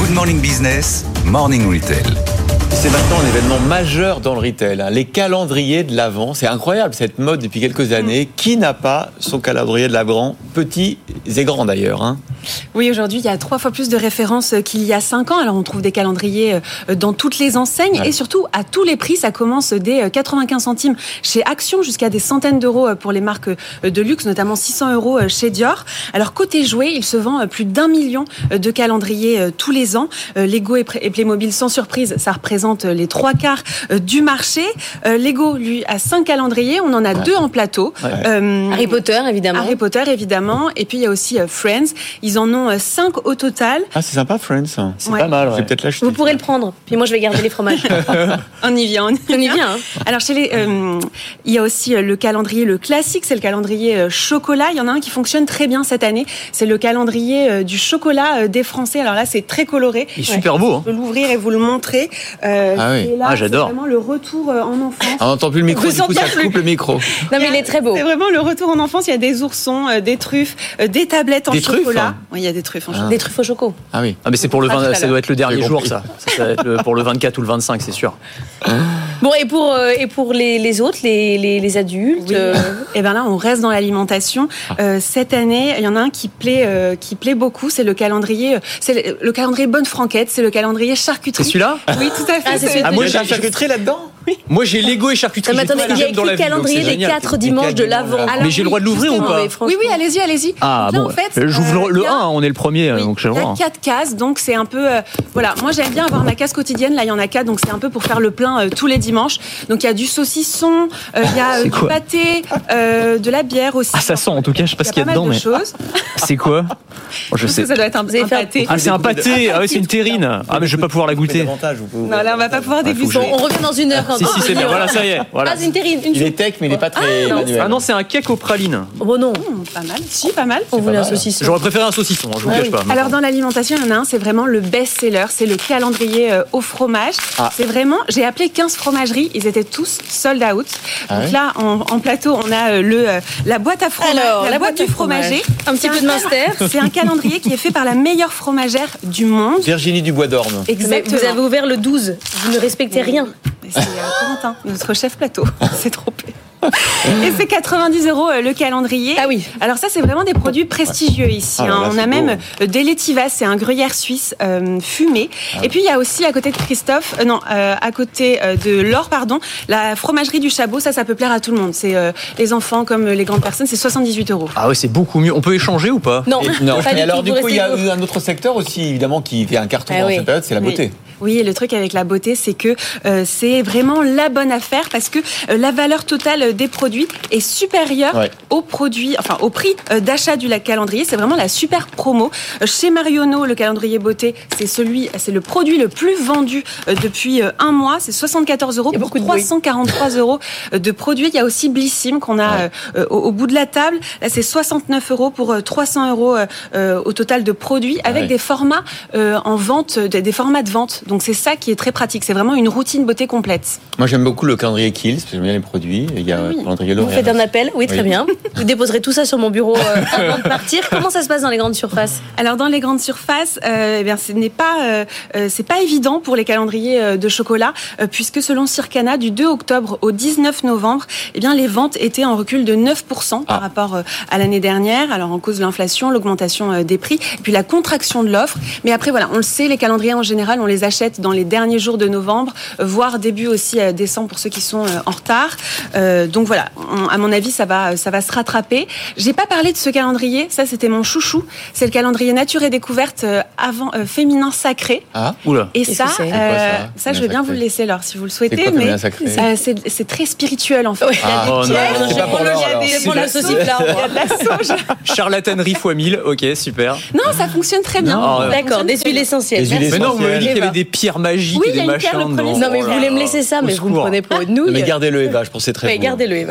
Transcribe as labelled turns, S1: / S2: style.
S1: Good Morning Business, Morning Retail.
S2: C'est maintenant un événement majeur dans le retail, hein. les calendriers de l'Avent. C'est incroyable cette mode depuis quelques années. Qui n'a pas son calendrier de l'Avent, petits et grands d'ailleurs hein.
S3: Oui, aujourd'hui, il y a trois fois plus de références qu'il y a cinq ans. Alors, on trouve des calendriers euh, dans toutes les enseignes
S2: Ouais.
S3: et surtout à tous les prix. Ça commence dès 95 centimes chez Action jusqu'à des centaines d'euros euh, pour les marques de luxe, notamment 600 euros euh, chez Dior. Alors, côté jouets, il se vend euh, plus d'un million euh, de calendriers tous les ans. Euh, Lego et Play- et Playmobil, sans surprise, ça représente euh, les trois quarts euh, du marché. Euh, Lego, lui, a cinq calendriers. On en a deux en plateau.
S2: Ouais.
S3: Euh,
S4: Mm. Harry Potter, évidemment.
S3: Harry Potter, évidemment. Et puis, il y a aussi euh, Friends. Ils en ont 5 au total.
S2: Ah, c'est sympa, Friends. C'est
S3: Ouais.
S2: pas mal.
S5: ouais.
S2: Je vais peut-être l'acheter.
S4: Vous pourrez le prendre. Puis moi, je vais garder les fromages.
S3: On y vient, on y
S4: On
S3: vient.
S4: y vient. hein.
S3: Alors, chez les, euh, il y a aussi euh, le calendrier, le classique, c'est le calendrier euh, chocolat. Il y en a un qui fonctionne très bien cette année. C'est le calendrier euh, du chocolat euh, des Français. Alors là, c'est très coloré.
S5: Il est super beau. Hein.
S3: Je peux l'ouvrir et vous le montrer. Euh,
S2: Ah oui.
S3: c'est là,
S5: Ah,
S3: c'est
S5: j'adore.
S3: vraiment le retour euh, en enfance.
S2: Ah, on n'entend plus le micro,
S3: Vous
S2: du coup, ça
S3: entendez plus.
S2: coupe le micro.
S4: Non, mais il est très beau.
S3: C'est vraiment le retour en enfance. Il y a des oursons, euh, des truffes, euh, des tablettes en
S2: Des truffes,
S3: chocolat.
S2: hein
S3: Oui, il y a des truffes en
S2: Ah.
S3: chocolat.
S4: Des truffes au choco.
S2: Ah oui.
S5: Ah, mais c'est pour le
S3: Ah, tout à
S5: 20, ça
S3: l'heure.
S5: doit être le dernier
S2: J'ai
S5: jour,
S2: compris.
S5: ça. Ça, ça va être le- pour le 24 ou le 25, c'est sûr.
S4: Bon, et pour, euh, et pour les, les autres, les, les, les adultes.
S3: Et
S4: euh,
S3: bien eh ben là, on reste dans l'alimentation.
S5: Ah.
S3: Euh, cette année, il y en a un qui plaît, euh, qui plaît beaucoup. C'est le calendrier, euh, c'est le, le calendrier bonne franquette. C'est le calendrier
S5: C'est
S3: charcuterie.
S5: celui-là
S3: Oui, tout à fait.
S4: Ah, c'est celui- Ah,
S5: moi,
S2: Il y a de
S5: j'ai-
S2: la charcuterie là-dedans
S5: Moi, j'ai Lego et charcuterie.
S4: Non, mais
S5: j'ai
S4: attendez,
S5: tout à
S4: il y a
S5: l'heure dans
S4: écrit
S5: la vie, donc c'est
S4: calendrier des
S5: génial.
S4: quatre dimanches de
S2: calendriers de
S4: l'avant.
S5: Mais j'ai le droit de l'ouvrir ou
S4: justement,
S5: pas
S4: mais franchement.
S3: oui, oui, allez-y, allez-y.
S5: Ah,
S3: Donc là,
S5: bon.
S3: en fait,
S5: euh, J'ouvre
S3: euh,
S5: le- le
S3: il y a-
S5: 1, on est le premier,
S3: oui,
S5: donc j'ai
S3: il
S5: le
S3: y a
S5: droit.
S3: quatre cases, donc c'est un peu. euh, voilà, moi j'aime bien avoir ma case quotidienne. Là, il y en a quatre, donc c'est un peu pour faire le plein euh, tous les dimanches. Donc il y a du saucisson, euh, il y a euh,
S5: C'est
S3: du
S5: quoi
S3: pâté, euh, de la bière aussi.
S5: Ah, ça sent en tout cas, je sais pas
S3: Il y
S5: ce
S3: a
S5: qu'il y a
S3: pas
S5: dedans,
S3: mal
S5: mais
S3: de choses.
S5: c'est quoi Bon, Je
S3: Je sais
S5: sais.
S3: que ça doit être un,
S4: avez
S3: un
S4: fait un-
S3: pâté.
S5: Ah, c'est un pâté, ah, ouais, c'est une terrine. Ah, mais je vais pas pouvoir la goûter.
S3: Non, là on va pas pouvoir
S5: Ouais, faut que
S3: déguster.
S5: je-
S4: On revient dans une heure quand
S5: Si, si, c'est bien, voilà, ça y est. Voilà.
S4: Ah, c'est une terrine, une
S2: Il est tech, mais il n'est pas très manuel.
S5: Ah non, c'est un cake aux pralines.
S4: Bon, non,
S3: Hum, Pas mal, si, pas mal.
S4: on voulait un saucisson.
S5: J'aurais préféré un saucisson, hein, je vous
S4: Ah
S5: cache
S4: oui.
S5: pas.
S3: Alors dans l'alimentation, il y en a un, c'est vraiment le best-seller, c'est le calendrier euh, au fromage.
S2: Ah.
S3: C'est vraiment, j'ai appelé 15 fromageries, ils étaient tous sold out.
S2: Ah
S3: Donc
S2: ouais
S3: là, en, en plateau, on a euh, le, euh, la boîte à fromage,
S4: Alors,
S3: la, boîte,
S4: à
S3: du fromager.
S4: fromage. Un petit peu de Munster.
S3: C'est un calendrier qui est fait par la meilleure fromagère du monde.
S2: Virginie Dubois d'Orme.
S4: Mais
S3: Exactement.
S4: Vous avez ouvert le 12, vous ne respectez rien.
S3: Mais C'est euh, Corentin, notre chef plateau. C'est trompé. Et c'est 90 euros euh, le calendrier.
S4: Ah oui.
S3: Alors ça, c'est vraiment des produits prestigieux ici.
S2: Ah là
S3: hein.
S2: là,
S3: On
S2: c'est
S3: a même
S2: beau. Ah.
S3: euh, des laitivas, c'est un gruyère suisse euh, fumé. Et puis il y a aussi à côté de Christophe, euh, non, euh, à côté euh, de Laure, pardon, la fromagerie du Chabot. Ça, ça peut plaire à tout le monde. C'est euh, les enfants comme les grandes personnes. C'est 78 euros.
S5: Ah ouais, c'est beaucoup mieux. On peut échanger ou pas
S4: Non,
S2: Et-
S4: pas
S2: Et
S4: du
S2: alors,
S4: tout,
S2: du
S4: vous
S2: coup, il y a
S4: restez-
S2: un autre secteur aussi, évidemment, qui fait un carton
S4: Ah
S2: dans
S4: oui.
S2: cette période, c'est la
S3: Oui.
S2: beauté.
S3: Oui, et le truc avec la beauté, c'est que euh, c'est vraiment la bonne affaire parce que euh, la valeur totale des produits est supérieure
S2: Ouais.
S3: au produit, enfin au prix euh, d'achat du calendrier. C'est vraiment la super promo. Euh, Chez Marionneau, le calendrier beauté, c'est celui, c'est le produit le plus vendu euh, depuis euh, un mois. C'est 74 euros
S4: Il y a
S3: pour
S4: beaucoup de bruit.
S3: 343 euros euh, de produits. Il y a aussi Blissim qu'on a
S2: Ouais.
S3: euh, euh, au, au bout de la table. Là, c'est 69 euros pour euh, 300 euros euh, euh, au total de produits avec
S2: Ouais.
S3: des formats euh, en vente, euh, des des formats de vente. Donc c'est ça qui est très pratique. C'est vraiment une routine beauté complète.
S2: Moi, j'aime beaucoup le calendrier Kills, parce que j'aime bien les produits. Il y a
S3: Ah oui.
S2: le calendrier
S4: Vous faites
S2: L'Oréal.
S4: un appel, oui, très
S2: Oui.
S4: bien. Vous déposerez tout ça sur mon bureau euh, avant de partir. Comment ça se passe dans les grandes surfaces
S3: Alors dans les grandes surfaces, euh, eh bien ce n'est pas euh, euh, c'est pas évident pour les calendriers euh, de chocolat euh, puisque selon Circana du 2 octobre au 19 novembre, eh bien les ventes étaient en recul de 9 par rapport euh, à l'année dernière, alors en cause de l'inflation, l'augmentation euh, des prix et puis la contraction de l'offre. Mais après voilà, on le sait les calendriers en général, on les achète dans les derniers jours de novembre, euh, voire début aussi euh, décembre pour ceux qui sont euh, en retard. Euh, donc voilà, on- à mon avis, ça va ça va se rattraper. J'ai pas parlé de ce calendrier, ça c'était mon chouchou. C'est le calendrier nature et découverte euh, avant euh, féminin sacré.
S2: Ah,
S5: Oula.
S3: Et
S4: Qu'est-ce
S3: ça,
S4: que c'est
S3: euh,
S2: C'est quoi ça,
S3: ça, je
S2: féminin
S3: vais bien
S2: sacré
S3: vous le laisser, alors, si vous le
S2: C'est quoi,
S3: souhaitez,
S2: féminin
S3: mais
S2: sacré
S3: euh, c'est c'est très spirituel en fait.
S2: Ah,
S5: oh
S3: Il y a
S5: non.
S3: des
S2: C'est pas pour l'heure, alors.
S3: il y a des-
S4: C'est pour
S3: il
S4: la
S3: y a de
S4: saucifleur,
S3: sauge, il y a de la sauge.
S5: Charlatanerie x 1000, ok, super.
S3: Non, ça fonctionne très bien.
S5: Non.
S3: Ça
S4: Ah, D'accord,
S3: fonctionne
S4: des
S3: très
S4: huiles
S3: bien.
S4: essentielles.
S2: Les huiles
S5: Mais non, vous m'avez dit qu'il y
S4: Eva.
S5: avait des pierres
S4: Eh
S5: magiques
S4: ben,
S3: Oui,
S5: et
S3: il y
S5: des
S3: a une pierre,
S5: machins
S3: le premier
S5: dedans.
S4: Non, mais
S5: Oh
S4: vous
S5: là
S4: voulez me
S5: là.
S4: laisser ça,
S5: Au
S4: mais vous me
S5: secours.
S4: prenez pour une
S2: mais
S4: nouille.
S2: gardez-le, Eva, je pense que c'est très
S4: Mais
S2: bon.
S4: gardez-le, Eva.